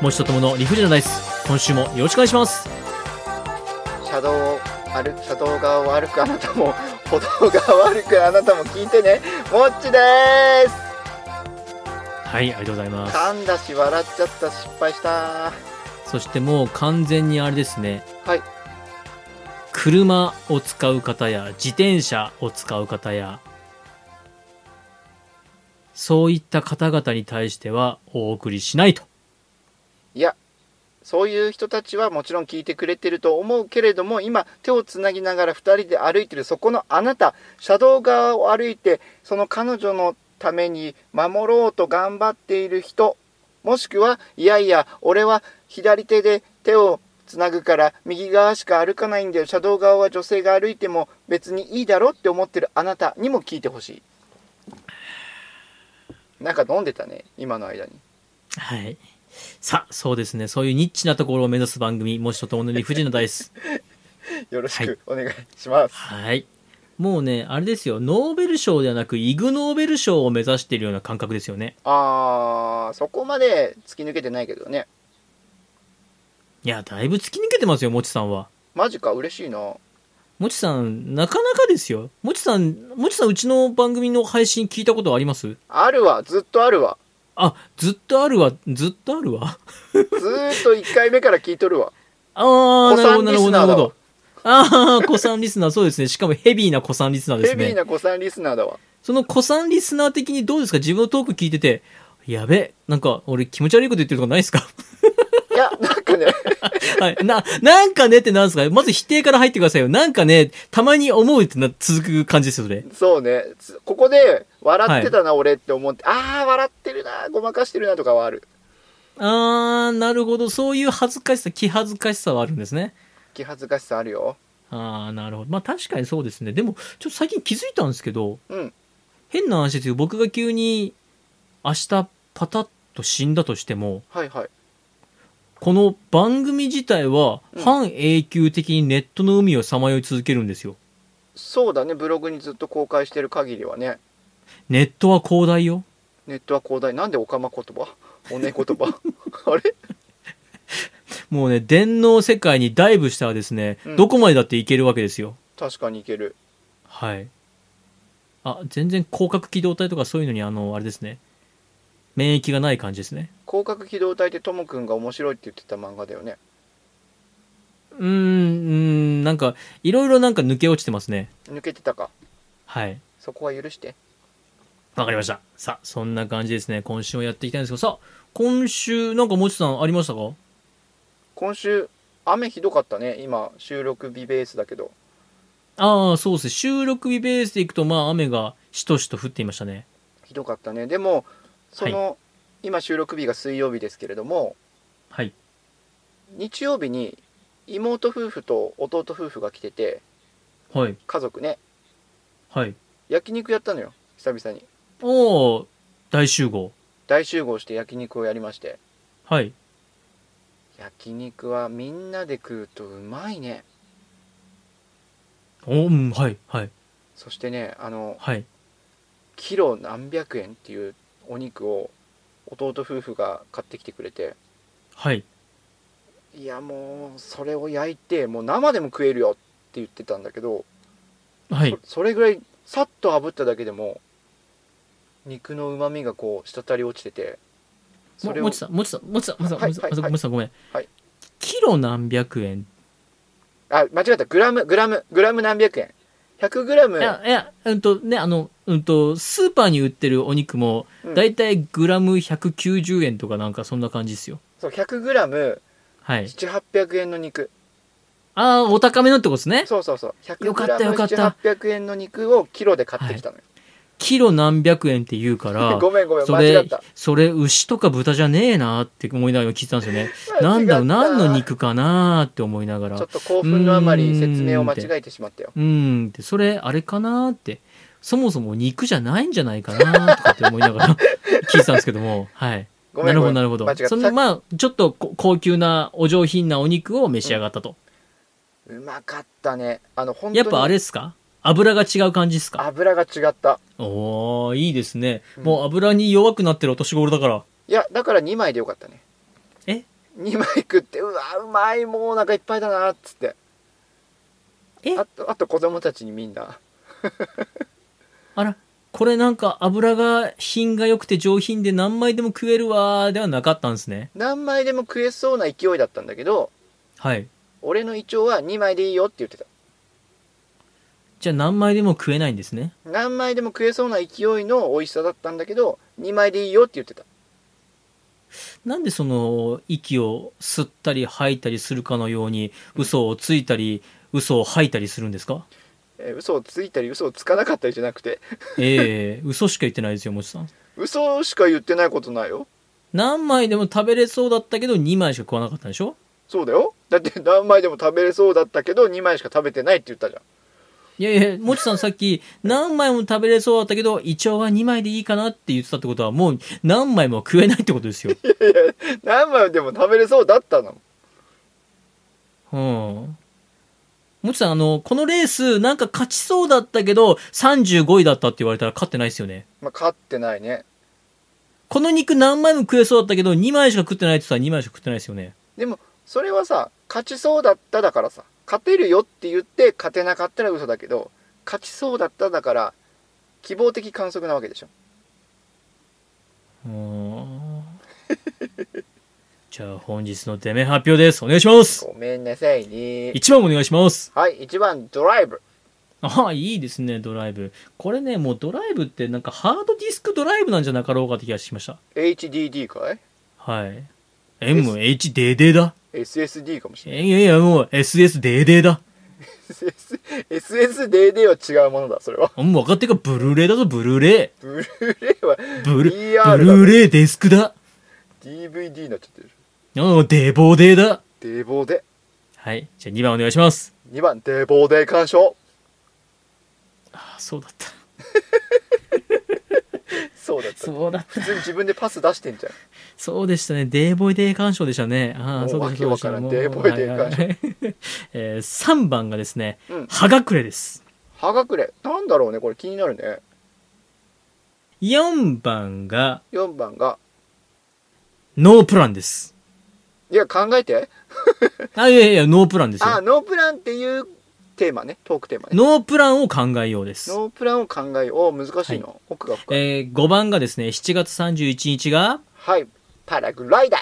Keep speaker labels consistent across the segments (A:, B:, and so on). A: もちとともの理不尽なダイス今週もよろしくお願いします
B: 車道を歩く車道側を歩くあなたも歩道側を歩くあなたも聞いてねもっちでーす
A: はいありがとうございます
B: 噛んだし笑っちゃった失敗した
A: そしてもう完全にあれですね
B: はい
A: 車を使う方や自転車を使う方やそういった方々に対してはお送りしないと
B: いやそういう人たちはもちろん聞いてくれてると思うけれども今手をつなぎながら2人で歩いてるそこのあなた車道側を歩いてその彼女のために守ろうと頑張っている人もしくはいやいや俺は左手で手をつなぐから右側しか歩かないんだよ車道側は女性が歩いても別にいいだろって思ってるあなたにも聞いてほしいなんか飲んでたね今の間に
A: はいさあそうですねそういうニッチなところを目指す番組もちとともの理不尽なダイス
B: よろし
A: はい
B: くお願いします、
A: はいもうねあれですよノーベル賞ではなくイグ・ノーベル賞を目指しているような感覚ですよね
B: あーそこまで突き抜けてないけどね
A: いやだいぶ突き抜けてますよもちさんは
B: マジか嬉しいな
A: もちさん、なかなかですよ。もちさん、もちさん、うちの番組の配信聞いたことあります
B: あるわずっとあるわ
A: あ、ずっとあるわ、ずっとあるわ。
B: ずーっと1回目から聞いとるわ
A: あー、なるほど、なるほど、なるほ
B: 古参リスナ
A: ど。
B: ーだわ
A: あー、子さんリスナー、そうですね。しかもヘビーな子さんリスナーです
B: ヘビー
A: ね。
B: な子さんリスナーだわ
A: その子さんリスナー的にどうですか自分のトーク聞いてて、やべ、なんか俺気持ち悪いこと言ってるとかないですか
B: いやなんかね
A: はい。な、なんかねってなんですかまず否定から入ってくださいよ。なんかね、たまに思うってな、続く感じですよ、それ。
B: そうねつここで笑ってたな俺って思って、あー笑ってるなごまかしてるなとかはある
A: あー、なるほど。そういう恥ずかしさ、気恥ずかしさはあるんですね。
B: 気恥ずかしさあるよ
A: ああ、なるほど。まあ確かにそうですね。でも、ちょっと最近気づいたんですけど、
B: うん
A: 変な話ですよ。僕が急に、明日パタッと死んだとしても、
B: はいはい
A: この番組自体は
B: うん、
A: 半永久的にネットの海をさまよい続けるんですよ。
B: そうだねブログにずっと公開してる限りはね
A: ネットは広大よ。
B: ネットは広大なんでおかま言葉おね言葉 あれ
A: もうね、電脳世界にダイブしたらですね、
B: うん
A: どこまでだっていけるわけですよ。
B: 確かにいける
A: はい。あ、全然広角機動隊とかそういうのに、あの、あれですね。免疫がない感じですね。
B: 広角機動隊ってともくんが面白いって言ってた漫画だよね
A: うーん、うーんなんか、いろいろなんか抜け落ちてますね。
B: 抜けてたか
A: はい。
B: そこは許して
A: わかりました。さあ、そんな感じですね。今週もやっていきたいんですけど、さあ、今週、なんかもちさんありましたか
B: 今週雨ひどかったね今収録日ベースだけど
A: ああ、そうですね。収録日ベースでいくと、まあ、雨がしとしと降っていましたね。
B: ひどかったねでもその、今収録日が水曜日ですけれども
A: はい。
B: 日曜日に妹夫婦と弟夫婦が来てて
A: はい。
B: 家族ね
A: はい。
B: 焼肉やったのよ久々に
A: おー、大集合。
B: 大集合して焼肉をやりまして
A: はい。
B: 焼肉はみんなで食うとうまいね
A: おーうん、はい、はい、
B: そしてねあの
A: はい。
B: キロ何百円っていうお肉を弟夫婦が買ってきてくれて
A: はい。
B: いやもうそれを焼いてもう生でも食えるよって言ってたんだけど、
A: はい。
B: そそれぐらいさっと炙っただけでも肉のうまみがこう滴り落ちてて
A: も
B: それを
A: もちさん、もちさん、もちさん、もちさん、
B: はい
A: もちさん、
B: はいはい
A: もちさん、ごめん。
B: はい
A: キロ何百円
B: あ間違ったグラムグラムグラム何百円100グラム
A: いや、いや、うんとね、あの、うんと、スーパーに売ってるお肉も
B: うん、
A: だいたいグラム190円とかなんかそんな感じですよ。
B: そう100グラム
A: はい。
B: 7800円の肉
A: ああ、お高めのってことですね。
B: そうそうそう100
A: よ
B: グ
A: かっ
B: ラ
A: た
B: ム
A: よかった
B: 7800円の肉をキロで買ってきたのよ、
A: キロ何百円って言うから、
B: ごめんごめん
A: そ
B: 間違っ
A: れ
B: た、
A: それ牛とか豚じゃねえなって思いながら聞いてたんですよね。
B: 間違
A: なん
B: った
A: だろう、何の肉かなって思いなが
B: ちょ
A: ら
B: っ。と興奮のあまり説明を間違えてしまったよ
A: うーんって、それあれかなって、そもそも肉じゃないんじゃないかなとかって思いながら 聞いてたんですけども、はい。
B: ご
A: な
B: めん
A: るほど、
B: ごめん
A: なるほど
B: 間違っ。た
A: その、まあ、ちょっとこ高級なお上品なお肉を召し上がったと。
B: うまかったねあの本当に
A: やっぱあれですか油が違う感じですか
B: 油が違った
A: おおいいですね。
B: うん
A: もう油に弱くなってるお年頃だから。
B: いやだから2枚でよかったね
A: え
B: 2枚食ってうわうまいもうお腹いっぱいだなっつって
A: え
B: あとあと子供たちにみんな
A: あら、これなんか油が品が良くて上品で何枚でも食えるわーではなかったんですね。
B: 何枚でも食えそうな勢いだったんだけど
A: はい。
B: 俺の胃腸は2枚でいいよって言ってた
A: じゃあ何枚でも食えないんですね。
B: 何枚でも食えそうな勢いの美味しさだったんだけど2枚でいいよって言ってた
A: なんでその息を吸ったり吐いたりするかのように嘘をついたり嘘を吐いたりするんですか
B: えー嘘をついたり嘘をつかなかったりじゃなくて
A: ええ嘘しか言ってないですよ、もちさん。
B: 嘘しか言ってないことないよ
A: 何枚でも食べれそうだったけど2枚しか食わなかったんでしょ
B: そうだよだって何枚でも食べれそうだったけど2枚しか食べてないって言ったじゃん
A: いやいや、もちさんさっき何枚も食べれそうだったけど胃腸は2枚でいいかなって言ってたってことはもう何枚も食えないってことですよ。
B: 何枚でも食べれそうだったの
A: うん。もちさん、あの、このレース、なんか勝ちそうだったけど、35位だったって言われたら勝ってないですよね。
B: まあ勝ってないね
A: この肉何枚も食えそうだったけど、2枚しか食ってないって言ったら2枚しか食ってないですよね。
B: でもそれはさ勝ちそうだっただからさ勝てるよって言って勝てなかったら嘘だけど勝ちそうだっただから希望的観測なわけでしょ
A: うーん。じゃあ、本日の出目発表です。お願いします
B: ごめんなさいね
A: !1 番お願いします。
B: はい1番ドライブ
A: ああ、いいですね、ドライブ。これね、もうドライブってなんかハードディスクドライブなんじゃなかろうかって気がしました。
B: HDD かい
A: はい。MHDD だ。
B: SSD かもしれない
A: いやいや、もう SSDD だ。
B: SSDD は違うものだそれは
A: あんま分かってるか、ブルーレイだぞ、ブルーレイ。
B: ブルーレイは
A: ブル、
B: DR だね
A: ブルーレイデスクだ。
B: DVD になっちゃってる
A: うん、デボデーだ。
B: デボで
A: はい。じゃあ2番お願いします。
B: 2番デボで鑑賞
A: ああ、そうだった。
B: そうだった
A: そうだった。
B: 普通に自分でパス出してんじゃん
A: そうでしたね。デーボイデー鑑賞でしたね。あ
B: も
A: あ、
B: う
A: そうでした。そうでした
B: わけわからん
A: もう
B: デーボイデー鑑賞
A: はいはい えー、3番がですね、
B: うん
A: 葉隠れです。
B: 葉隠れなんだろうねこれ気になるね
A: 4番が、
B: 4番が
A: ノープランです。
B: いや考えて
A: あ、いやいや、ノープランです
B: あ
A: よ。
B: ノープランっていうテーマねトークテーマね
A: ノープランを考えようです。
B: ノープランを考えようお難しいの、奥が深い
A: えー、5番がですね、7月31日が、
B: はいパラグライダ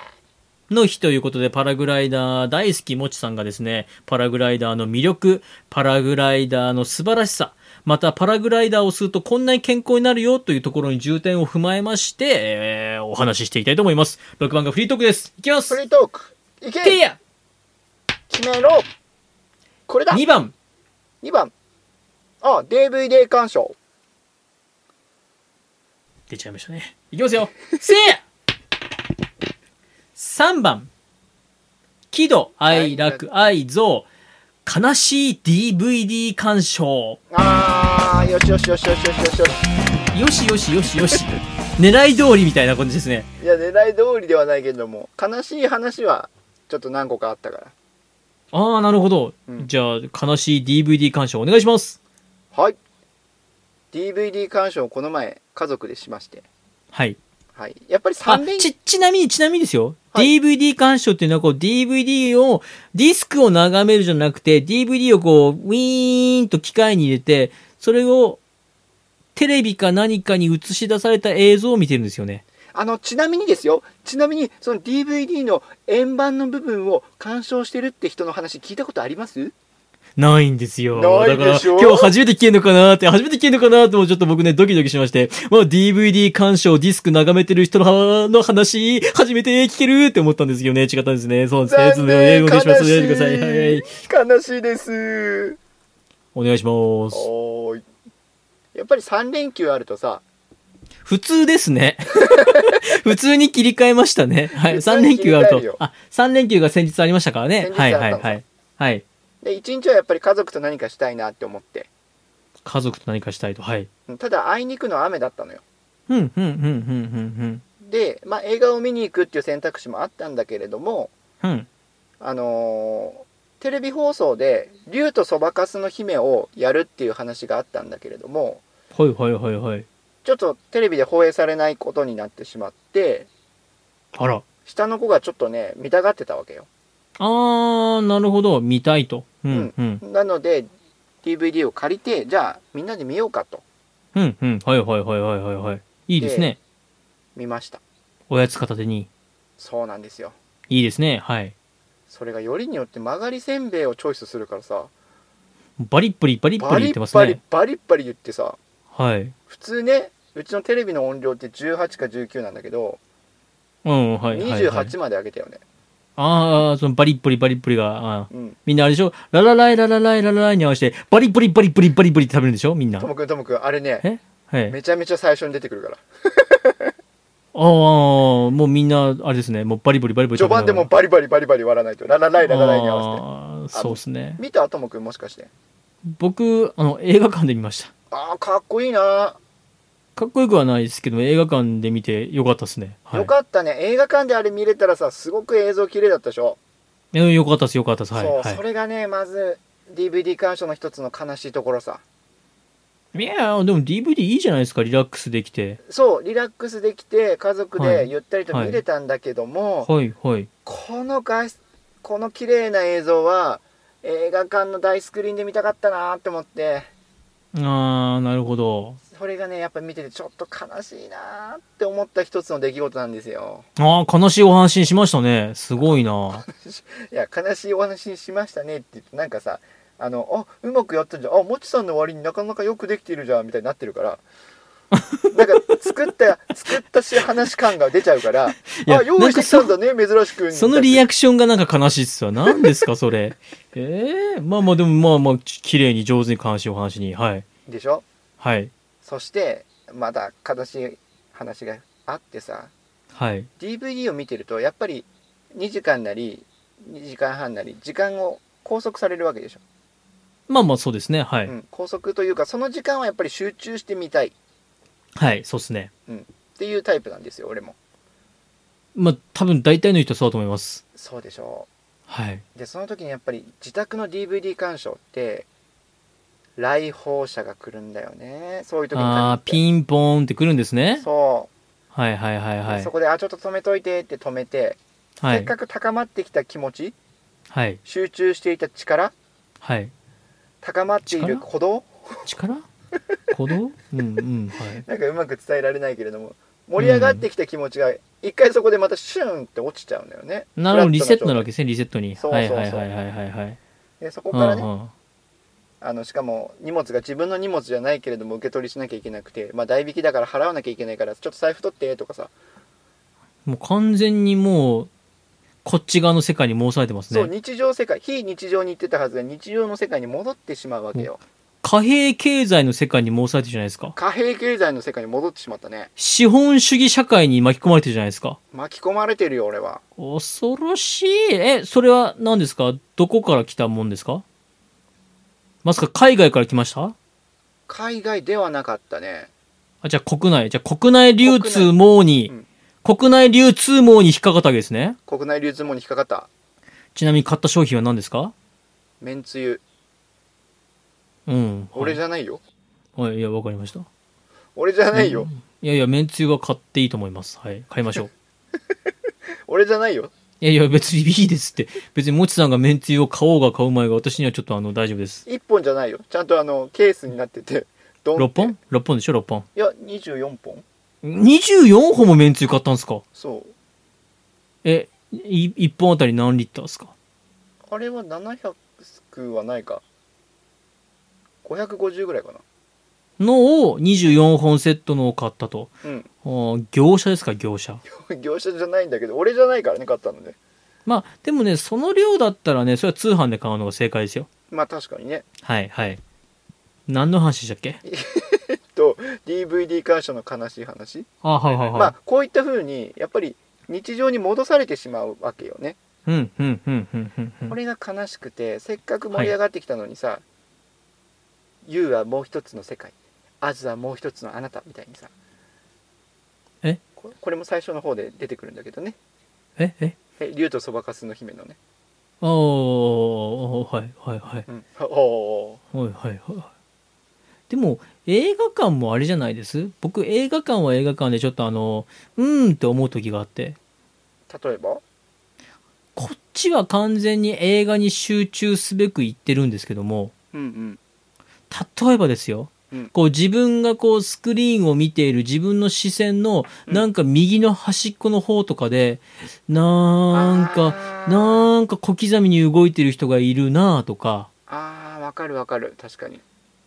B: ー
A: の日ということで、パラグライダー大好きもちさんがですね、パラグライダーの魅力、パラグライダーの素晴らしさ、またパラグライダーをするとこんなに健康になるよというところに重点を踏まえまして、えーお話ししていきたいと思います。6番がフリートークです。いきます
B: フリートークいけ
A: ていや
B: 決めろこれだ
A: !2 番、
B: 2番あ DVD 鑑賞
A: 出ちゃいましたね。いきますよせいや !3 番、喜怒哀楽愛憎、悲しい DVD 鑑賞。
B: あーよしよしよしよしよしよしよし
A: よしよしよしよ し。狙い通りみたいな感じですね。
B: いや狙い通りではないけれども悲しい話はちょっと何個かあったから
A: ああ、なるほど。
B: うん
A: じゃあ、悲しい DVD 鑑賞お願いします。
B: はい DVD 鑑賞をこの前家族でしまして、
A: はい。
B: はい、やっぱり
A: あ
B: 3、連
A: ち、ちなみに、ちなみにですよ。
B: はい
A: DVD 鑑賞っていうのは、こう、DVD を、ディスクを眺めるじゃなくて、DVD をこう、ウィーンと機械に入れて、それを、テレビか何かに映し出された映像を見てるんですよね。
B: あのちなみにですよちなみにその DVD の円盤の部分を鑑賞してるって人の話聞いたことあります
A: ないんですよ。
B: ないでしょ
A: だから、今日初めて聞けるのかなって、初めて聞けるのかなって、もうちょっと僕ね、ドキドキしまして、まあ DVD 鑑賞、ディスク眺めてる人のの話、初めて聞けるって思ったんですよね。違ったんですね。そうですね。
B: 残念
A: お
B: 悲
A: 願い
B: し
A: し
B: い
A: ます。お願いしてください。はい。
B: 悲しいです
A: お願いします。
B: おーいやっぱり3連休あるとさ
A: 普通ですね。 普通に切り替えましたね。はい。
B: 普通
A: 3
B: に
A: 連
B: 切
A: 休
B: り替
A: があ
B: えるよ
A: ると。あ、3連休が先日ありましたからね
B: 先。日あ
A: はい
B: ったんだ
A: はいはい。はい。
B: で1日はやっぱり家族と何かしたいなって思って
A: 家族と何かしたいと。はい。
B: うんただあいにくの雨だったのよ
A: うん、うん、うん、うん、
B: で、まあ、映画を見に行くっていう選択肢もあったんだけれども、
A: うん、うん。うん。
B: あのーテレビ放送で「竜とそばかすの姫」をやるっていう話があったんだけれども
A: はいはいはいはい。
B: ちょっとテレビで放映されないことになってしまって
A: あら。
B: 下の子がちょっとね見たがってたわけよ、
A: あー、なるほど。見たいと。うん、うん。
B: なので DVD を借りてじゃあみんなで見ようかと
A: うん、うん。はいはいはいはいはいはい。いいですね。
B: 見ました
A: おやつ片手に。
B: そうなんですよ
A: いいですね。はい。
B: それがよりによって曲がりせんべいをチョイスするからさ
A: バリッパリ、バリッパ
B: バ
A: リ言
B: リ
A: ってます
B: バリ
A: ね。
B: バリバリ言ってさ
A: はい。
B: 普通ねうちのテレビの音量って18か19なんだけど、
A: うん、はい。はいはい、
B: 28まで上げたよね、
A: ああ、そのバリッポリバリッポリが、あー
B: うん
A: みんなあれでしょララライララライララライに合わせて、バリッポリバリッポリバリッポリって食べるんでしょみんな
B: と。もくんともくんあれね
A: えはい。あ
B: めちゃめちゃ最初に出てくるから
A: あー、もうみんな、あれですね、もうバリバリバリバリ
B: 序
A: 食べ
B: 盤でもうバリバリバリバリ割らないとララライララライに合わ
A: あーそうですね
B: せて。見たともくんもしかして
A: 僕、あの、映画館で見ました。
B: ああかっこいいな、
A: かっこよくはないですけど、映画館で見てよかったですね。はい。
B: よかったね映画館であれ見れたらさすごく映像綺麗だったでしょ、
A: いやよかったです、よかったです。はい。
B: そう、
A: はい
B: それがねまず DVD 鑑賞の一つの悲しいところさ
A: いやでも DVD いいじゃないですか、リラックスできて。
B: そうリラックスできて家族
A: は
B: で
A: い
B: ゆったりと見れたんだけども、
A: はい、はい。
B: この画質この綺麗な映像は映画館の大スクリーンで見たかったなって思って
A: ああ、なるほど。
B: それがねやっぱ見ててちょっと悲しいなって思った一つの出来事なんですよ
A: ああ、悲しいお話にしましたね。すごい な。
B: いや悲しいお話にしましたねって言ってなんかさあのあうまくやったんじゃんあもちさんの割になかなかよくできてるじゃんみたいになってるから なんか作った作ったし話感が出ちゃうから
A: いや
B: あ用意してきたんだね珍しく
A: そのリ
B: ア
A: アクションがなんか悲しいっすわ。何ですか、それ。 ええまあまあ、でもまあまあ、き綺麗に上手に悲しいお話に。はい。
B: でしょ
A: はい。
B: そしてまだ悲しい話があってさ
A: はい。
B: DVD を見てるとやっぱり2時間なり2時間半なり時間を拘束されるわけでしょ、
A: まあまあ、そうですね。はい。
B: うん、拘束というかその時間はやっぱり集中してみたいっ
A: はい、そうですね。
B: ていうタイプなんですよ俺も
A: まあ、多分大体の人はそうだと思います。
B: そうでしょ
A: はい。
B: うでその時にやっぱり自宅の DVD 鑑賞って来訪者が来るんだよねそういう時に
A: ああ、
B: ン
A: ピンポーンってくるんですね。
B: そう、
A: はいはいはいは
B: で
A: い
B: そ。こであちょっと止めといてって止めて、
A: は
B: せっ
A: い
B: か。く高まってきた気持ち
A: はい。
B: 集中していた力
A: はい。
B: 高まっている
A: 力
B: 鼓動
A: 力鼓動うんうん。はい。
B: なんかうまく伝えられないけれども盛り上がってきた気持ちが一回そこでまたシューンって落ちちゃうんだよね
A: なるほど、リセット
B: フ
A: な
B: ラ
A: わ
B: ッ
A: けですね、リセットに。
B: そう
A: は
B: そう
A: い
B: そう
A: はいはいはいはいはい。
B: トな状態でそこからね、
A: うんうん
B: あのしかも荷物が自分の荷物じゃないけれども受け取りしなきゃいけなくて、まあ、代引きだから払わなきゃいけないからちょっと財布取ってとかさ、
A: もう完全にもう、こっち側の世界に申されてます
B: そう
A: ね。
B: 日常世界非日常に行ってたはずが日常の世界に戻ってしまうわけよ
A: 貨幣経済の世界に申されてるじゃないですか。
B: 貨幣経済の世界に戻ってしまったね
A: 資本主義社会に巻き込まれてるじゃないですか。
B: 巻き込まれてるよ俺は
A: 恐ろしい。え、それは何ですかどこから来たもんですかまさか海外から来ました
B: 海外ではなかったね
A: あ、じゃあ国内。じゃあ国内流通網に、国
B: 国内
A: 内,、流通網に引っかかったわけですね。
B: 国内流通網に引っかかった
A: ちなみに買った商品は何ですか
B: めんつゆ
A: うん。はい
B: 俺じゃないよ、
A: はい、いや、わかりました。
B: 俺じゃないよ、
A: いやいや、めんつゆは買っていいと思います。はい、買いましょう。
B: 俺じゃないよ
A: いやいや、別にいいですって。別に、もちさんがめんつゆを買おうが買う前が、私にはちょっとあの、大丈夫です。
B: 1本じゃないよちゃんとあのケースになっててど
A: 6本 ?6 本でしょ、6本。
B: いや24本
A: 24本もめんつゆ買ったんですか
B: そう
A: え、い1本あたり何リッターですか
B: あれは700はないか550ぐらいかな
A: のを24本セットのを買ったと。
B: うん
A: あ ー業者ですか、業者。
B: 業者じゃないんだけど俺じゃないからね買ったのね
A: まあ、でもね、その量だったらね、それは通販で買うのが正解ですよ。
B: まあ確かにね
A: はい、はい。何の話でしたっけ
B: と DVD 鑑賞の悲しい話、
A: あ、はいはいはい。
B: まあこういった風にやっぱり日常に戻されてしまうわけよね
A: うん、うん、うん、うん、うんうん
B: こ。れが悲しくてせっかく盛り上がってきたのにさ「YOU はもう一つの世界」「アズはもう一つのあなた」みたいにさ
A: え
B: ここれも最初の方で出てくるんだけどね
A: え、え
B: 「え竜とそばかすの姫」のね
A: おー、はい、はい、はい。
B: うん、おー
A: はいはいはい。でも、映画館もあれじゃないです僕、映画館は映画館でちょっとあの、うーんって思う時があって。
B: 例えば
A: こっちは完全に映画に集中すべく行ってるんですけども、
B: うんうん
A: 例えばですよ、
B: うん
A: こう自分がこうスクリーンを見ている自分の視線の
B: うん
A: なんか右の端っこの方とかで、なんか、
B: あー
A: なんか小刻みに動いてる人がいるなとか、
B: あーわかるわかる確かに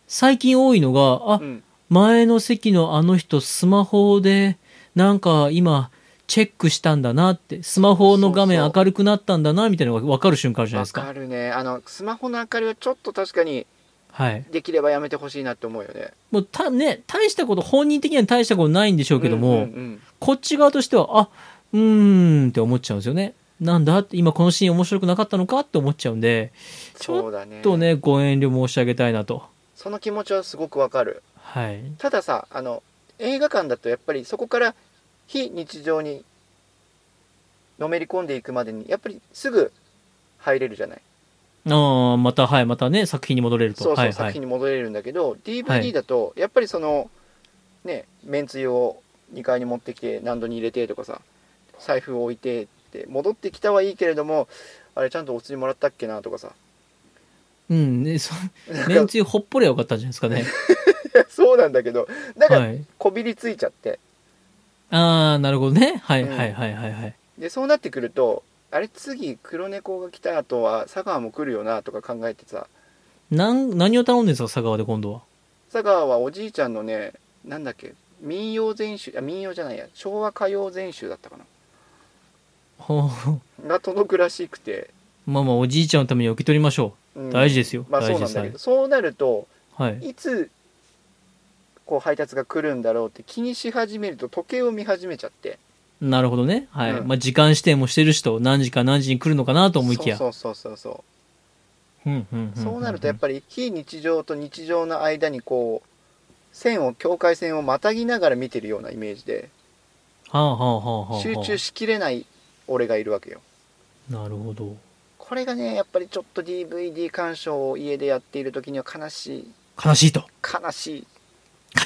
A: 最近多いのが、あ、
B: うん
A: 前の席のあの人スマホでなんか今チェックしたんだなって、スマホの画
B: そ
A: 面
B: うそう
A: 明るくなったんだなみたいなのがわかる瞬間あるじゃない
B: わ
A: ですか。
B: かるねあのスマホの明かりはちょっと確かに
A: はい。
B: できればやめてほしいなって思うよね
A: もうた、ね、大したこと、本人的には大したことないんでしょうけども、
B: うんうん
A: こっち側としては、あ、うーんって思っちゃうんですよね。なんだって、今このシーン面白くなかったのかって思っちゃうんで、ちょっと
B: そうだね
A: とね、ご遠慮申し上げたいなと。
B: その気持ちはすごくわかる
A: はい。
B: たださあの映画館だとやっぱりそこから非日常にのめり込んでいくまでにやっぱりすぐ入れるじゃない
A: ああ、また、はい、またね、作品に戻れると。
B: そうそう、
A: はい、は
B: 作
A: い
B: 品。に戻れるんだけど
A: は
B: DVD
A: い
B: だとやっぱりそのねめんつゆを2階に持ってきて何度に入れてとかさ財布を置いてって戻ってきたはいいけれどもあれちゃんとお釣りもらったっけなとかさ
A: うん、ね、そ
B: なん
A: め
B: か
A: んつゆほっぽりゃよかったんじゃないですかね。
B: そうなんだけどなんか
A: はい。
B: こびりついちゃって
A: ああ、なるほどね。はい、
B: うん
A: はい、はい、はい、はい。
B: でそうなってくるとあれ次黒猫が来た後は佐川も来るよなとか考えてさ
A: なん、何を頼んでるんですか、佐川で今度は。
B: 佐川はおじいちゃんのねなんだっけ民謡全集あ民謡じゃないや昭和歌謡全集だったか
A: ほう
B: なが届くらしくて、
A: まあまあ、おじいちゃんのために受け取りましょ
B: うん
A: う。大事ですよ。
B: まあ
A: 大
B: そ
A: 事で
B: うなん
A: す。
B: だ
A: は
B: け
A: い
B: どそうなると
A: はい。
B: いつこう配達が来るんだろうって気にし始めると時計を見始めちゃって
A: なるほどね。はい。
B: うん
A: まあ、時間指定もしてる人、何時か何時に来るのかなと思いきや。
B: そうそうそうそう
A: うんうんんんん
B: そうなるとやっぱり非日常と日常の間にこう線を境界線をまたぎながら見てるようなイメージで
A: はあはあはあはあはあ
B: 集中しきれない俺がいるわけよ
A: なるほど
B: これがねやっぱりちょっと DVD 鑑賞を家でやっている時には悲しい
A: 悲しいと
B: 悲しい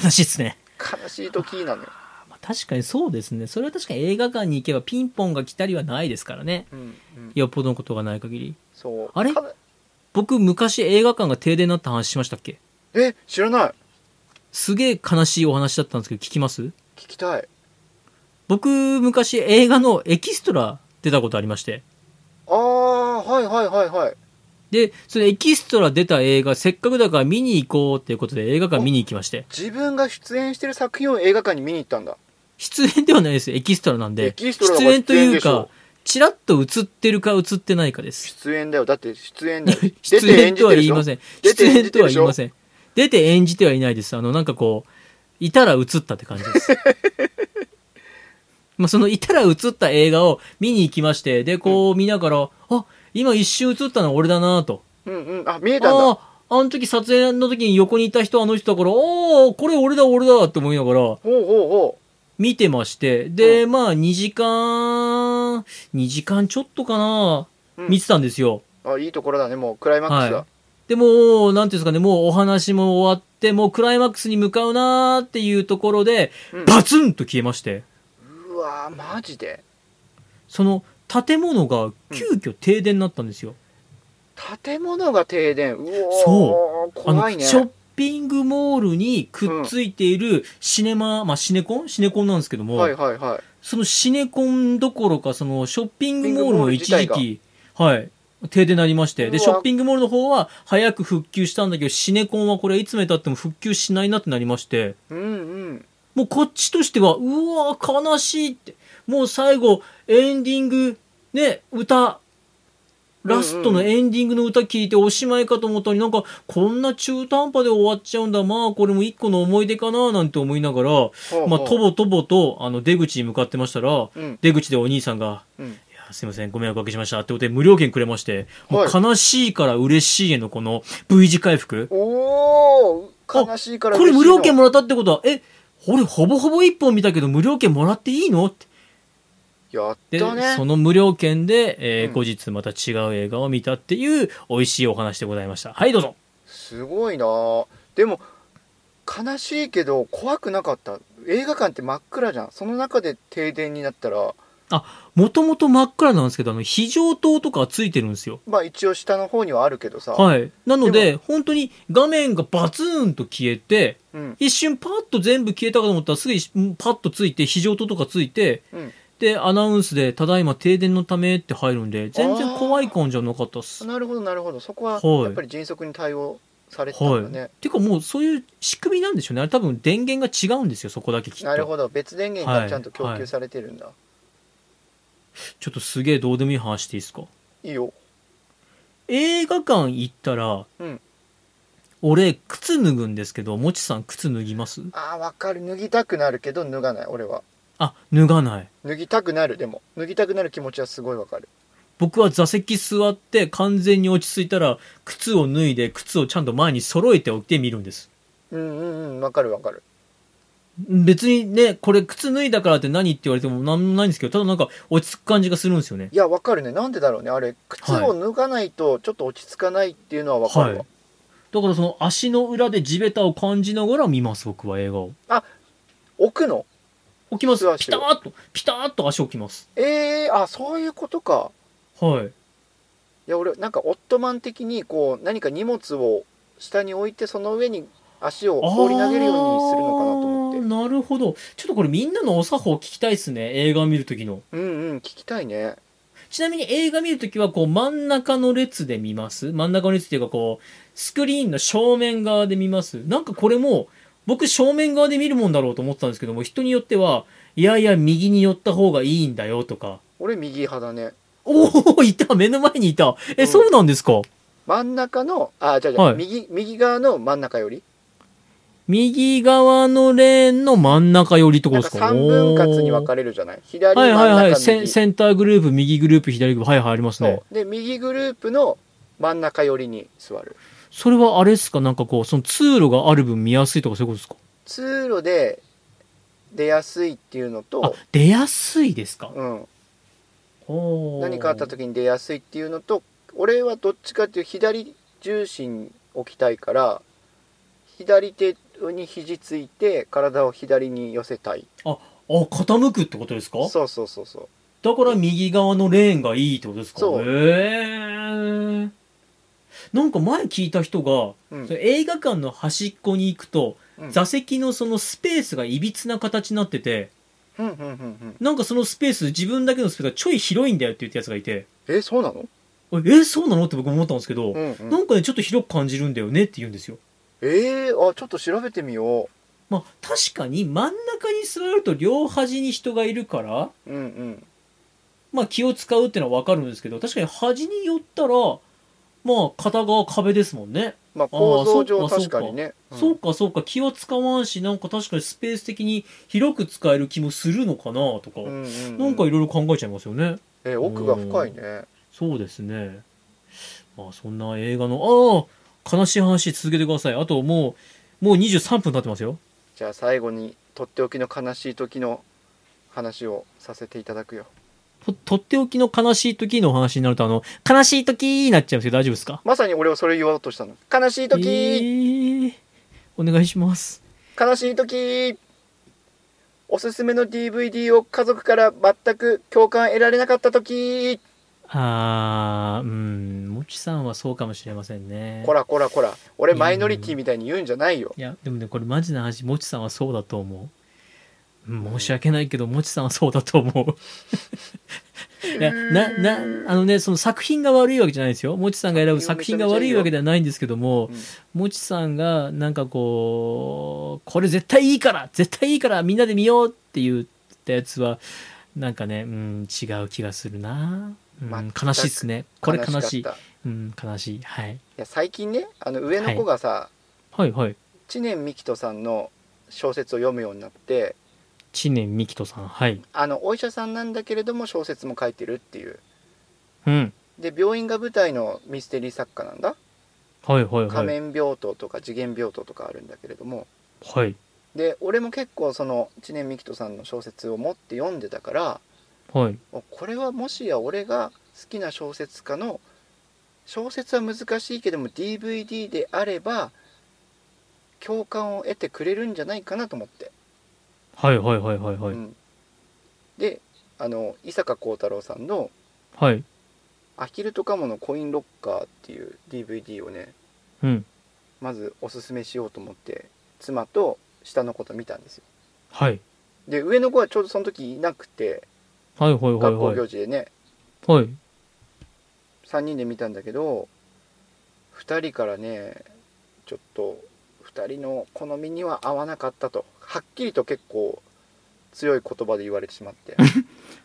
A: 悲しいですね
B: 悲しい時なのよ、
A: まあ確かにそうですねそれは確かに映画館に行けばピンポンが来たりはないですからね
B: うんうん、
A: よっぽどのことがない限り
B: そう
A: あれ
B: かな
A: 僕昔映画館が停電になった話しましたっけ
B: え知らない
A: すげえ悲しいお話だったんですけど聞きます
B: 聞きたい
A: 僕昔映画のエキストラ出たことありまして
B: ああはいはいはいはい
A: でそのエキストラ出た映画せっかくだから見に行こうっていうことで映画館見に行きまして
B: 自分が出演してる作品を映画館に見に行ったんだ
A: 出演ではないですよエキストラなん
B: エ
A: で
B: キストラが
A: 出演という
B: 出演で
A: か
B: しょ
A: チラッと映ってるか映ってないかです
B: 出演だよだって出演だ よ出
A: 出
B: て
A: 演
B: 演じ
A: とは
B: てる
A: 言
B: で
A: い
B: しょ
A: ません
B: 出
A: 出
B: て
A: 演
B: 演じ
A: と
B: て
A: は
B: るでし
A: 言い
B: ょ
A: ません出て演じてはいないですあのなんかこういたら映ったって感じです まあそのいたら映った映画を見に行きましてでこう見ながら、あ今一瞬映ったのは俺だなと
B: うんうんあ見えたんだ
A: あああの時撮影の時に横にいた人あの人だからおおこれ俺だ俺だって思いながら
B: ほうほうほ
A: 見てまして、で、まあ、2時間、2時間ちょっとかな、
B: う、うん
A: 見てたんですよ。
B: あいいところだねもうクライマックスだ、
A: はいでも、なんていうんですかね、もうお話も終わって、もうクライマックスに向かうなーっていうところで、
B: うん
A: バツンと消えまして、
B: うわーマジで
A: その建物が急遽停電になったんですよ。
B: 建物が停電うおー
A: そ
B: 怖いね
A: あの、ショッピングモールにくっついているシネマ、まあシネコンシネコンなんですけども、
B: はいはいはい
A: そのシネコンどころか、そのショッピングモールも一
B: ショッ
A: 時
B: ピングモ
A: 期、
B: ール
A: はい、停電になりまして、
B: うわ
A: で、ショッピングモールの方は早く復旧したんだけど、シネコンはこれいつまで経っても復旧しないなってなりまして、
B: うんうん
A: もうこっちとしては、うわー悲しいって、もう最後、エンディング、ね、歌、ラストのエンディングの歌聞いておしまいかと思ったのになんか、こんな中途半端で終わっちゃうんだ。まあ、これも一個の思い出かななんて思いながら、
B: ほうほう
A: まあ、とぼとぼと、あの、出口に向かってましたら、
B: うん
A: 出口でお兄さんが、
B: うん
A: いや、すいません、ご迷惑おかけしました。ってことで無料券くれまして、もう
B: はい
A: 悲しいから嬉しいへのこの V 字回復。
B: おお悲しいから
A: これ無料券
B: も
A: もらったってことは、え、俺ほぼほぼ一本見たけど無料券もらっていいのって。
B: やっ
A: で、
B: たね
A: その無料券で、えー
B: うん
A: 後日また違う映画を見たっていう美味しいお話でございました。はい、どうぞ。
B: すごいなあでも悲しいけど怖くなかった映画館って真っ暗じゃんその中で停電になったら
A: あ、もともと真っ暗なんですけど、あの、非常灯とかついてるんですよ。
B: まあ一応下の方にはあるけどさ、
A: はい。なの
B: で
A: で、本当に画面がバツーンと消えて、
B: うん
A: 一瞬パッと全部消えたかと思ったら、すぐ一瞬パッとついて、非常灯とかついて、
B: うん、
A: で、アナウンスで、ただいま停電のためって入るんで、全
B: あ
A: 然
B: ー
A: 怖い感じはなかったっす。
B: なるほどなるほどそこは
A: はい
B: やっぱり迅速に対応されてたんだね、
A: はい。てかもうそういう仕組みなんでしょうね。あれ多分電源が違うんですよ、そこだけきっと。
B: なるほど別電源が
A: はい
B: ちゃんと供給されてるんだ、
A: ちょっとすげえどうでもいい話していいですか。
B: い、いよ
A: 映画館行ったら、
B: うん
A: 俺、靴脱ぐんですけど、もちさん靴脱ぎます
B: あーわかる脱ぎたくなるけど脱がない俺は
A: あ、脱がない。
B: 脱ぎたくなるでも脱ぎたくなる気持ちはすごいわかる
A: 僕は座席座って完全に落ち着いたら、靴を脱いで、靴をちゃんと前に揃えておいて見るんです。
B: うんうんうんわかるわかる
A: 別にね、これ靴脱いだからって何って言われてもなんもないんですけど、ただなんか落ち着く感じがするんですよね。
B: いやわかるねなんでだろうねあれ靴
A: はい
B: を脱がないとちょっと落ち着かないっていうのはわかるわ、
A: はいだからその足の裏で地べたを感じながら見ます、僕は映画を。
B: 置くの
A: 置きます
B: 素。足
A: ピ
B: を
A: ターっと、ピターっと足を置きます。
B: えー、あそういうことか
A: はい。
B: いや俺なんかオットマン的にこう何か荷物を下に置いてその上に足を放り投げるようにするのかなと思って
A: あーなるほど。ちょっとこれみんなのお作法聞きたいですね。映画を見るときの。
B: うんうん聞きたいね
A: ちなみに映画見るときは、こう真ん中の列で見ます真ん中の列っていうか、こう、スクリーンの正面側で見ますなんかこれも、僕正面側で見るもんだろうと思ってたんですけども、人によっては、いやいや、右に寄った方がいいんだよとか、
B: 俺右派だね
A: おお、いた目の前にいたえ、
B: うん
A: そうなんですか
B: 真ん中のあじゃあじ
A: はい
B: 右右側の真ん中より
A: 右側のレーンの真ん中寄りってこ
B: な
A: と
B: ん
A: で
B: か
A: すか
B: 3分割に分かれるじゃない左
A: おー
B: 真
A: は
B: ん
A: い
B: 中
A: はいはいセ
B: 右
A: ン。センターグループ、右グループ、左グループ、はいはい、あります
B: そ
A: ね。
B: うで右グループの真ん中寄りに座る
A: それはあれですかなんかこう、その通路がある分見やすいとかそういうことですか
B: 通路で出やすいっていうの
A: あ
B: と、、
A: 出やすいですか
B: うん、
A: おー
B: 何かあった時に出やすいっていうのと俺はどっちかっていうと左重心置きたいから左手に肘ついて体を左に寄せたい
A: あ、傾くってことですか
B: そうそうそうそう
A: だから右側のレーンがいいってことですか
B: そう
A: へーなんか前聞いた人が、
B: うん
A: その映画館の端っこに行くと、
B: うん
A: 座席のそのスペースがいびつな形になってて、
B: うんうんうんうん
A: なんかそのスペース、自分だけのスペースがちょい広いんだよって言ったやつがいて、
B: えそうなの、
A: えー、そうなのって僕思ったんですけど、
B: うんうん
A: なんかね、ちょっと広く感じるんだよねって言うんですよ。
B: えー、あちょっと調べてみよ
A: まあ、確かに真ん中に座ると両端に人がいるから、
B: ううんうん
A: まあ気を使うってのはわかるんですけど、確かに端に寄ったら、まあ片側壁ですもんね。
B: まあ
A: あー
B: 構造上
A: そうか
B: 確かにねうん
A: そうかそうか、気は使わんし、なんか確かにスペース的に広く使える気もするのかなとか、
B: うんうんうん
A: なんかいろいろ考えちゃいますよね。
B: え奥が深いね
A: そうですね。まあそんな映画の、ああ、悲しい話続けてください。あともう、もう23分経ってますよ。
B: じゃあ最後にとっておきの悲しい時の話をさせていただくよ
A: ととっておきの悲しい時のお話になると、あの、悲しい時になっちゃうんですけど大丈夫ですか
B: まさに俺はそれ言おうとしたの悲しい時、
A: えーお願いします。
B: 悲しい時おすすめの DVD を家族から全く共感得られなかった時
A: あー、うん、もちさんはそうかもしれませんね。
B: こらこらこら俺マイノリティみたいに言うんじゃないよ
A: いや、でもね、これマジな話、もちさんはそうだと思う。うん申し訳ないけど、もちさんはそうだと思う。いや、な、な、あのね、その作品が悪いわけじゃないですよ。もちさんが選ぶ作品が悪いわけではないんですけども、もちさんがなんかこう、これ絶対いいから絶対いいからみんなで見ようって言ったやつは、なんかね、うん、違う気がするな。う
B: 全
A: ん、
B: く
A: 悲しいですね。これ悲しい
B: か。ったい
A: うん、悲しい。はい。
B: や最近ねあの上の子がさ、
A: はいはい。
B: 知念幹人さんの小説を読むようになって
A: 知念幹人さん。はい。
B: あのお医者さんなんだけれども小説も書いてるっていう
A: うん。
B: で病院が舞台のミステリー作家なんだ
A: はいはいはい。
B: 仮面病棟とか次元病棟とかあるんだけれども
A: はい。
B: で俺も結構その知念幹人さんの小説を持って読んでたから
A: はい。
B: おこれはもしや俺が好きな小説家の小説は難しいけども DVD であれば共感を得てくれるんじゃないかなと思って、
A: はいはいはいはいは
B: う
A: い。
B: んであの伊坂幸太郎さんの
A: はい。
B: 「アヒルとカモのコインロッカー」っていう DVD をね
A: うん。
B: まずおすすめしようと思って妻と下の子と見たんですよ
A: はい。
B: で上の子はちょうどその時いなくて
A: はいはいはい
B: 学校
A: はい。
B: 行事でね
A: はい。
B: 3人で見たんだけど2人からねちょっと2人の好みには合わなかったとはっきりと結構強い言葉で言われてしまって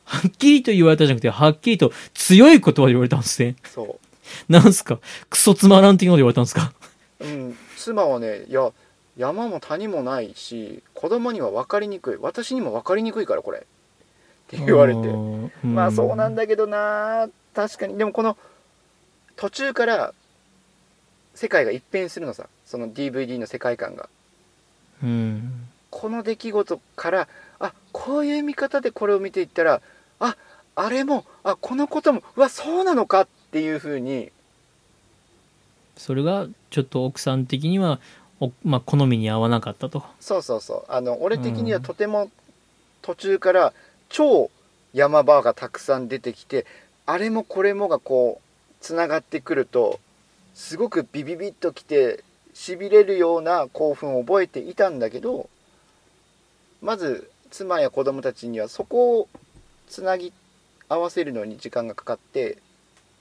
A: はっきりと言われたじゃなくて、はっきりと強い言葉で言われたんですね。
B: そ
A: なんすかクソつまらんっていうので言われたんですか
B: う、うん、妻はねいや山も谷もないし子供には分かりにくい私にも分かりにくいからこれって 言われて
A: て
B: まあそうなん
A: だ。
B: だけどな確かにでもこの途中から世界が一変するのさその DVD の世界観が
A: うん。
B: この出来事からあこういう見方でこれを見ていったらああれもあこのこともうわそうなのかっていうふうに
A: それが、ちょっと奥さん的には、おまあ、好みに合わなかったと。
B: そうそうそうあの俺的には
A: うん
B: とても途中から超山場がたくさん出てきてあれもこれもがこうつながってくるとすごくビビビッときてしびれるような興奮を覚えていたんだけどまず妻や子供たちにはそこをつなぎ合わせるのに時間がかかって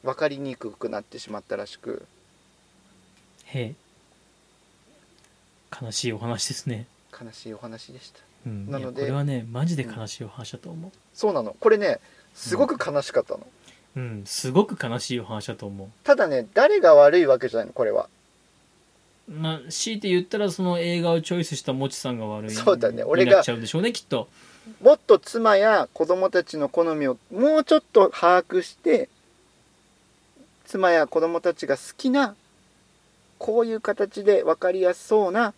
B: 分かりにくくなってしまったらしく
A: へえ。悲しいお話ですね。
B: 悲しいお話でした。
A: うん。
B: なの
A: いや
B: で
A: これはね、マジで悲しいお話だと思
B: そうなのこれねすごく悲しかったの。
A: う。うん、すごく悲しいお話だと思う。
B: ただね誰が悪いわけじゃないのこれは
A: まあ、強いて言ったらその映画をチョイスしたもちさんが悪い
B: そうだね俺が
A: になっちゃうんでしょうねきっと
B: もっと妻や子供たちの好みをもうちょっと把握して妻や子供たちが好きなこういう形で分かりやすそうな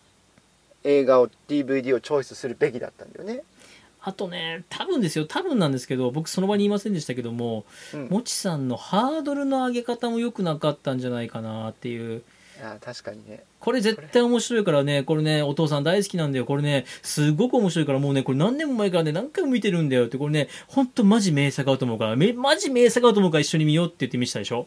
B: 映画を DVD をチョイスするべきだったんだよね。
A: あとね多分ですよ多分なんですけど僕その場にいませんでしたけども
B: うん、
A: もちさんのハードルの上げ方も良くなかったんじゃないかなっていう
B: あー確かにね
A: これ絶対面白いからねこれねお父さん大好きなんだよこれねすごく面白いからもうねこれ何年も前からね何回も見てるんだよってこれねほんとマジ名作だと思うからめマジ名作だと思うから一緒に見ようって言って見せたでしょ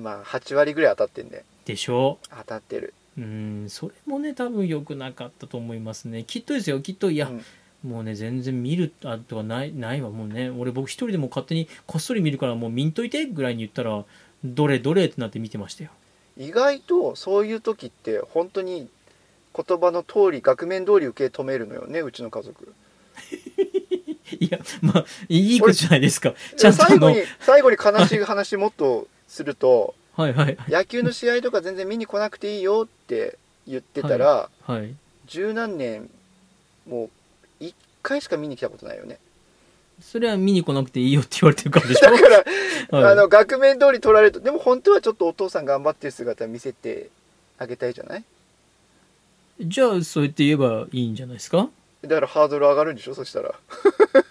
B: まあ8割ぐらい当たってんで
A: でしょ
B: 当たってる、
A: うーんそれもね多分良くなかったと思いますねきっとですよきっといや、
B: うん
A: もうね全然見るあとはないないわもうね俺僕一人でも勝手にこっそり見るからもう見んといてぐらいに言ったらどれどれってなって見てましたよ
B: 意外とそういう時って本当に言葉の通り額面通り受け止めるのよねうちの家族。
A: いやまあいいことじゃないですかちゃんとあ
B: 最後
A: の
B: に最後に悲しい話もっとすると
A: はいはい
B: 野球の試合とか全然見に来なくていいよって言ってたら
A: はい
B: 十何年もう1回しか見に来たことないよね
A: それは見に来なくていいよって言われてるからでし
B: だから
A: ょ、はい、
B: あの額面通り取られるとでも本当はちょっとお父さん頑張ってる姿見せてあげたいじゃない
A: じゃあそうやって言えばいいんじゃないですか
B: だからハードル上がるんでしょそしたら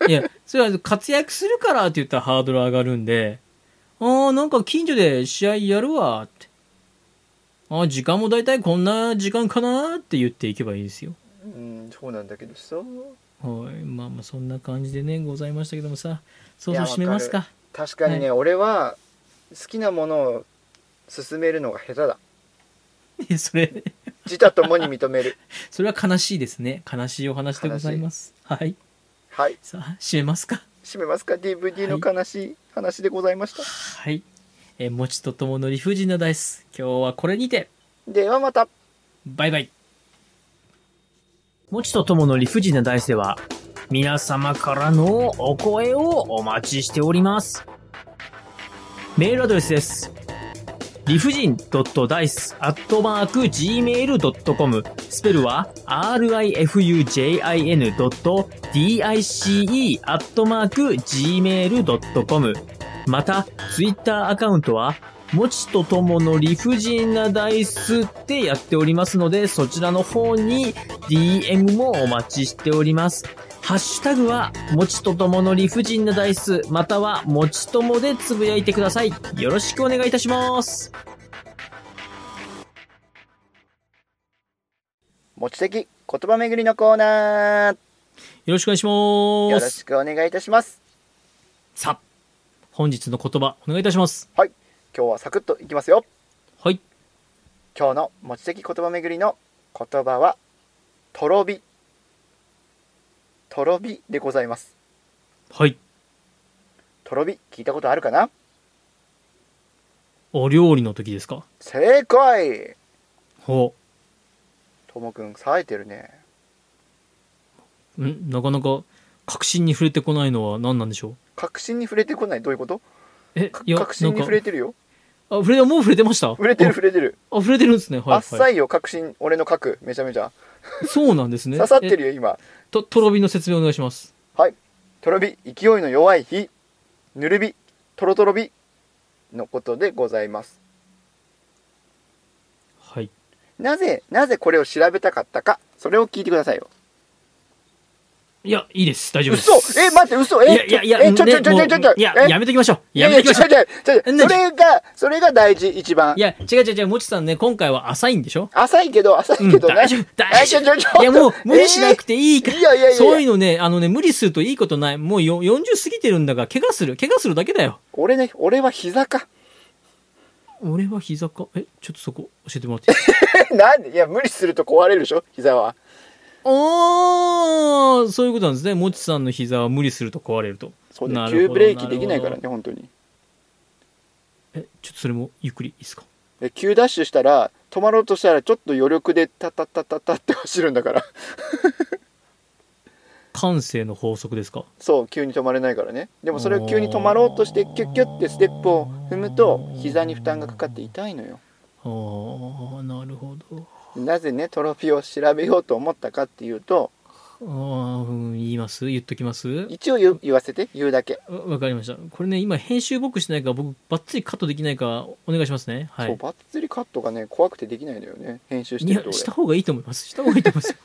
A: いや、それは活躍するからって言ったらハードル上がるんで、ああ、なんか近所で試合やるわって。ああ、時間も大体こんな時間かなって言っていけばいいですよ。
B: うんそうなんだけどさ
A: はい。まあまあ、そんな感じでね、ございましたけどもさ、そうそう締めますか。
B: 確かにね、俺は好きなものを勧めるのが下手だ
A: いやそれ、
B: 自他ともに認める
A: それは悲しいですね。悲しいお話でございます。はい。
B: はい
A: さあ、締めますか。
B: 締めますか DVD の悲しい話でございました、
A: はい。えー、餅と友の理不尽なダイス。今日はこれにて。
B: ではまた
A: バイバイ。もちとともの理不尽な大世は、皆様からのお声をお待ちしております。メールアドレスです。理不尽 .dice.gmail.com スペルは rifujin.dice.gmail.com また、ツイッターアカウントは、もちとともの理不尽なダイスってやっておりますので、そちらの方に DM もお待ちしております。ハッシュタグは、もちとともの理不尽なダイス、または、もちともでつぶやいてください。よろしくお願いいたします。
B: 持ち的言葉巡りのコーナー
A: よろしくお願いし
B: よろ
A: ます。
B: しくお願いいたします
A: さあ、本日の言葉、お願いいたします。
B: はい今日はサクッといきますよ
A: はい。
B: 今日の持ち的言葉巡りの言葉はとろびとろびでございます
A: はい。
B: とろび聞いたことあるかな
A: お料理の時ですか
B: 正解
A: ほ
B: ともくん冴えてるね
A: う。んなかなか、確信に触れてこないのは何なんでしょう
B: 確信に触れてこないどういうこと
A: え
B: か、
A: いや、
B: 確信に触れてるよ
A: なんかあ、触れ、もう触れてました
B: 触れてる触れてる
A: あ、触れてるんですね。はい、
B: あ
A: は
B: っ
A: い。
B: さいよ確信俺の書くめちゃめちゃ
A: そうなんですね。
B: 刺さって
A: え
B: るよ今
A: と、とろびの説明お願いします。
B: はいとろび勢いの弱い火ぬるびとろとろびのことでございます
A: はい。
B: なぜなぜこれを調べたかったかそれを聞いてくださいよ
A: いや、いいです。大丈夫です。
B: 嘘え待って嘘
A: い
B: え
A: やいやいや、
B: えちょちょ
A: ね
B: ちょちょちょち
A: も
B: ょ
A: ういや、
B: え
A: やめときましょう。やめときましょう。
B: いやいや違う違う違う
A: な
B: それがそれが大事一番
A: いや、違う違う違う、もちさんね、今回は浅いんでしょ
B: 浅いけど浅
A: う
B: い
A: ん、
B: けどね、
A: 大丈夫、大丈
B: えちょちょちょ
A: 夫。いや、もう、無理しなくていいから。
B: いやいやいやいや
A: そういうのね、あのね、無理するといいことない。もうよ40過ぎてるんだから、怪我する。怪我するだけだよ。
B: 俺ね俺は膝か
A: 俺は膝か。え、ちょっとそこ、教えてもら っていい
B: なんでいや無理すると壊れるでしょ膝は
A: おー、そういうことなんですね。もちさんの膝は無理すると壊れると。
B: そうだ
A: な
B: よ
A: る
B: 急
A: ほど
B: ブレーキできないから。
A: る
B: ね本当に
A: ほどえ、ちょっとそれも、ゆっくりいいですか
B: で急ダッシュしたら止まろうとしたらちょっと余力でタッタッタッタッタッって走るんだから
A: 感性の法則ですか
B: そう急に止まれないからねでもそれを急に止まろうとしてキュッキュッってステップを踏むと膝に負担がかかって痛いのよ
A: あー、なるほど。
B: なぜねトロフィーを調べようと思ったかっていうと
A: あー、うん、言います言っときます
B: 一応言う言わせて言うだけ、
A: わわかりました。これね、今編集僕してないから、僕、ばっつりカットできないから、お願いしますね。は
B: そう
A: い。
B: バッツリカットがね怖くてできないのよね編集し
A: い
B: て
A: や
B: ると、俺
A: した方がいいと思います。した方がいいと思い ます。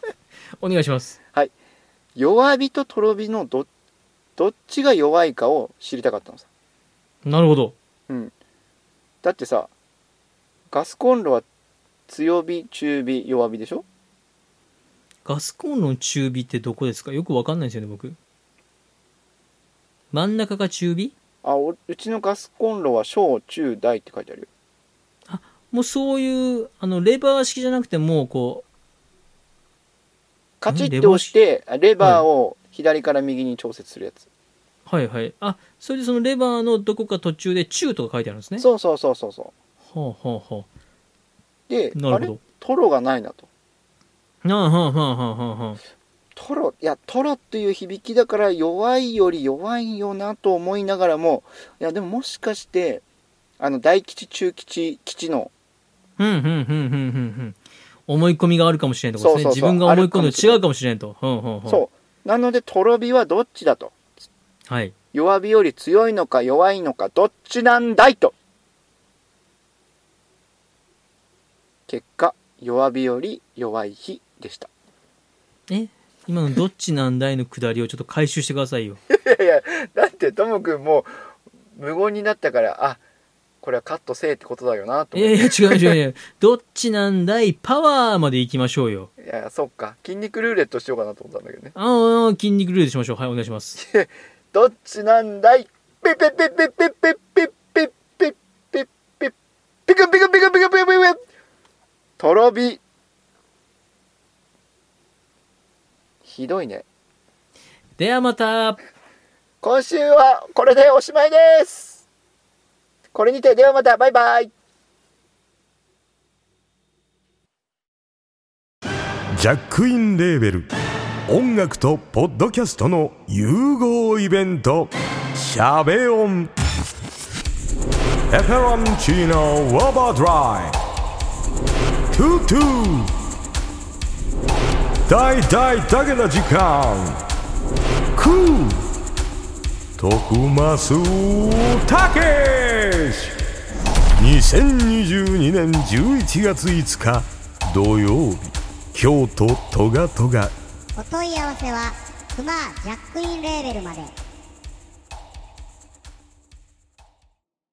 A: お願いします。
B: 弱火ととろ火のどどっちが弱いかを知りたかったのさ
A: なるほど。
B: だってさガスコンロは強火中火弱火でしょ
A: ガスコンロの中火ってどこですかよくわかんないんですよね、僕。真ん中が中火
B: あおうちのガスコンロは小中大って書いてあるよ
A: もうそういう、あの、レバー式じゃなくて、もうこ
B: カチッて押してあレバーを左から右に調節するやつ、
A: う、はいはい。あ、それでそのレバーのどこか途中で中とか書いてあるんですね。
B: そうそうそうそうそ
A: ほうほうほ
B: うで
A: う。
B: あ
A: なるほ
B: れ
A: ど。
B: トロがないなと
A: なあ、はあはあはあはあはあ。
B: トロいやトロっていう響きだから弱いより弱いよなと思いながらもいやでももしかしてあの大吉中吉吉の
A: うんうんうんうんうんうん思い込みがあるかもしれんとことですね
B: そうそうそう
A: 自分が思い込むと違うかもしれんとうんうんうん
B: そうなのでとろ火はどっちだと
A: はい
B: 弱火より強いのか弱いのかどっちなんだいと結果弱火より弱い火でした
A: え今のどっちなんだいの下りをちょっと回収してくださいよ
B: いやいやだってともくんもう無言になったからあこれはカットせえってことだよなと
A: い
B: 思っ
A: や
B: て
A: いや違う違う違うどっちなんだいパワーまで行きましょうよ
B: いやいやそっか筋肉ルーレットしようかなと思ったんだけどね
A: ああ筋肉ルールしましょうはいお願いします
B: どっちなんだいピッピッピッピッピッピッピッピッピッピッピッピクンピクンピクンピクンピクンピクンとろ火ひどいね
A: ではまた
B: 今週はこれでおしまいですこれにてではまたバイバイ
C: ジャックインレーベル音楽とポッドキャストの融合イベント「シャベオン」「エフェロンチーノウォーバードライ」「トゥトゥ」「大大だけの時間」「クー」「徳マスたけし」2022年11月5日土曜日京都トガトガ
D: お問い合わせはクマージャックインレーベルまで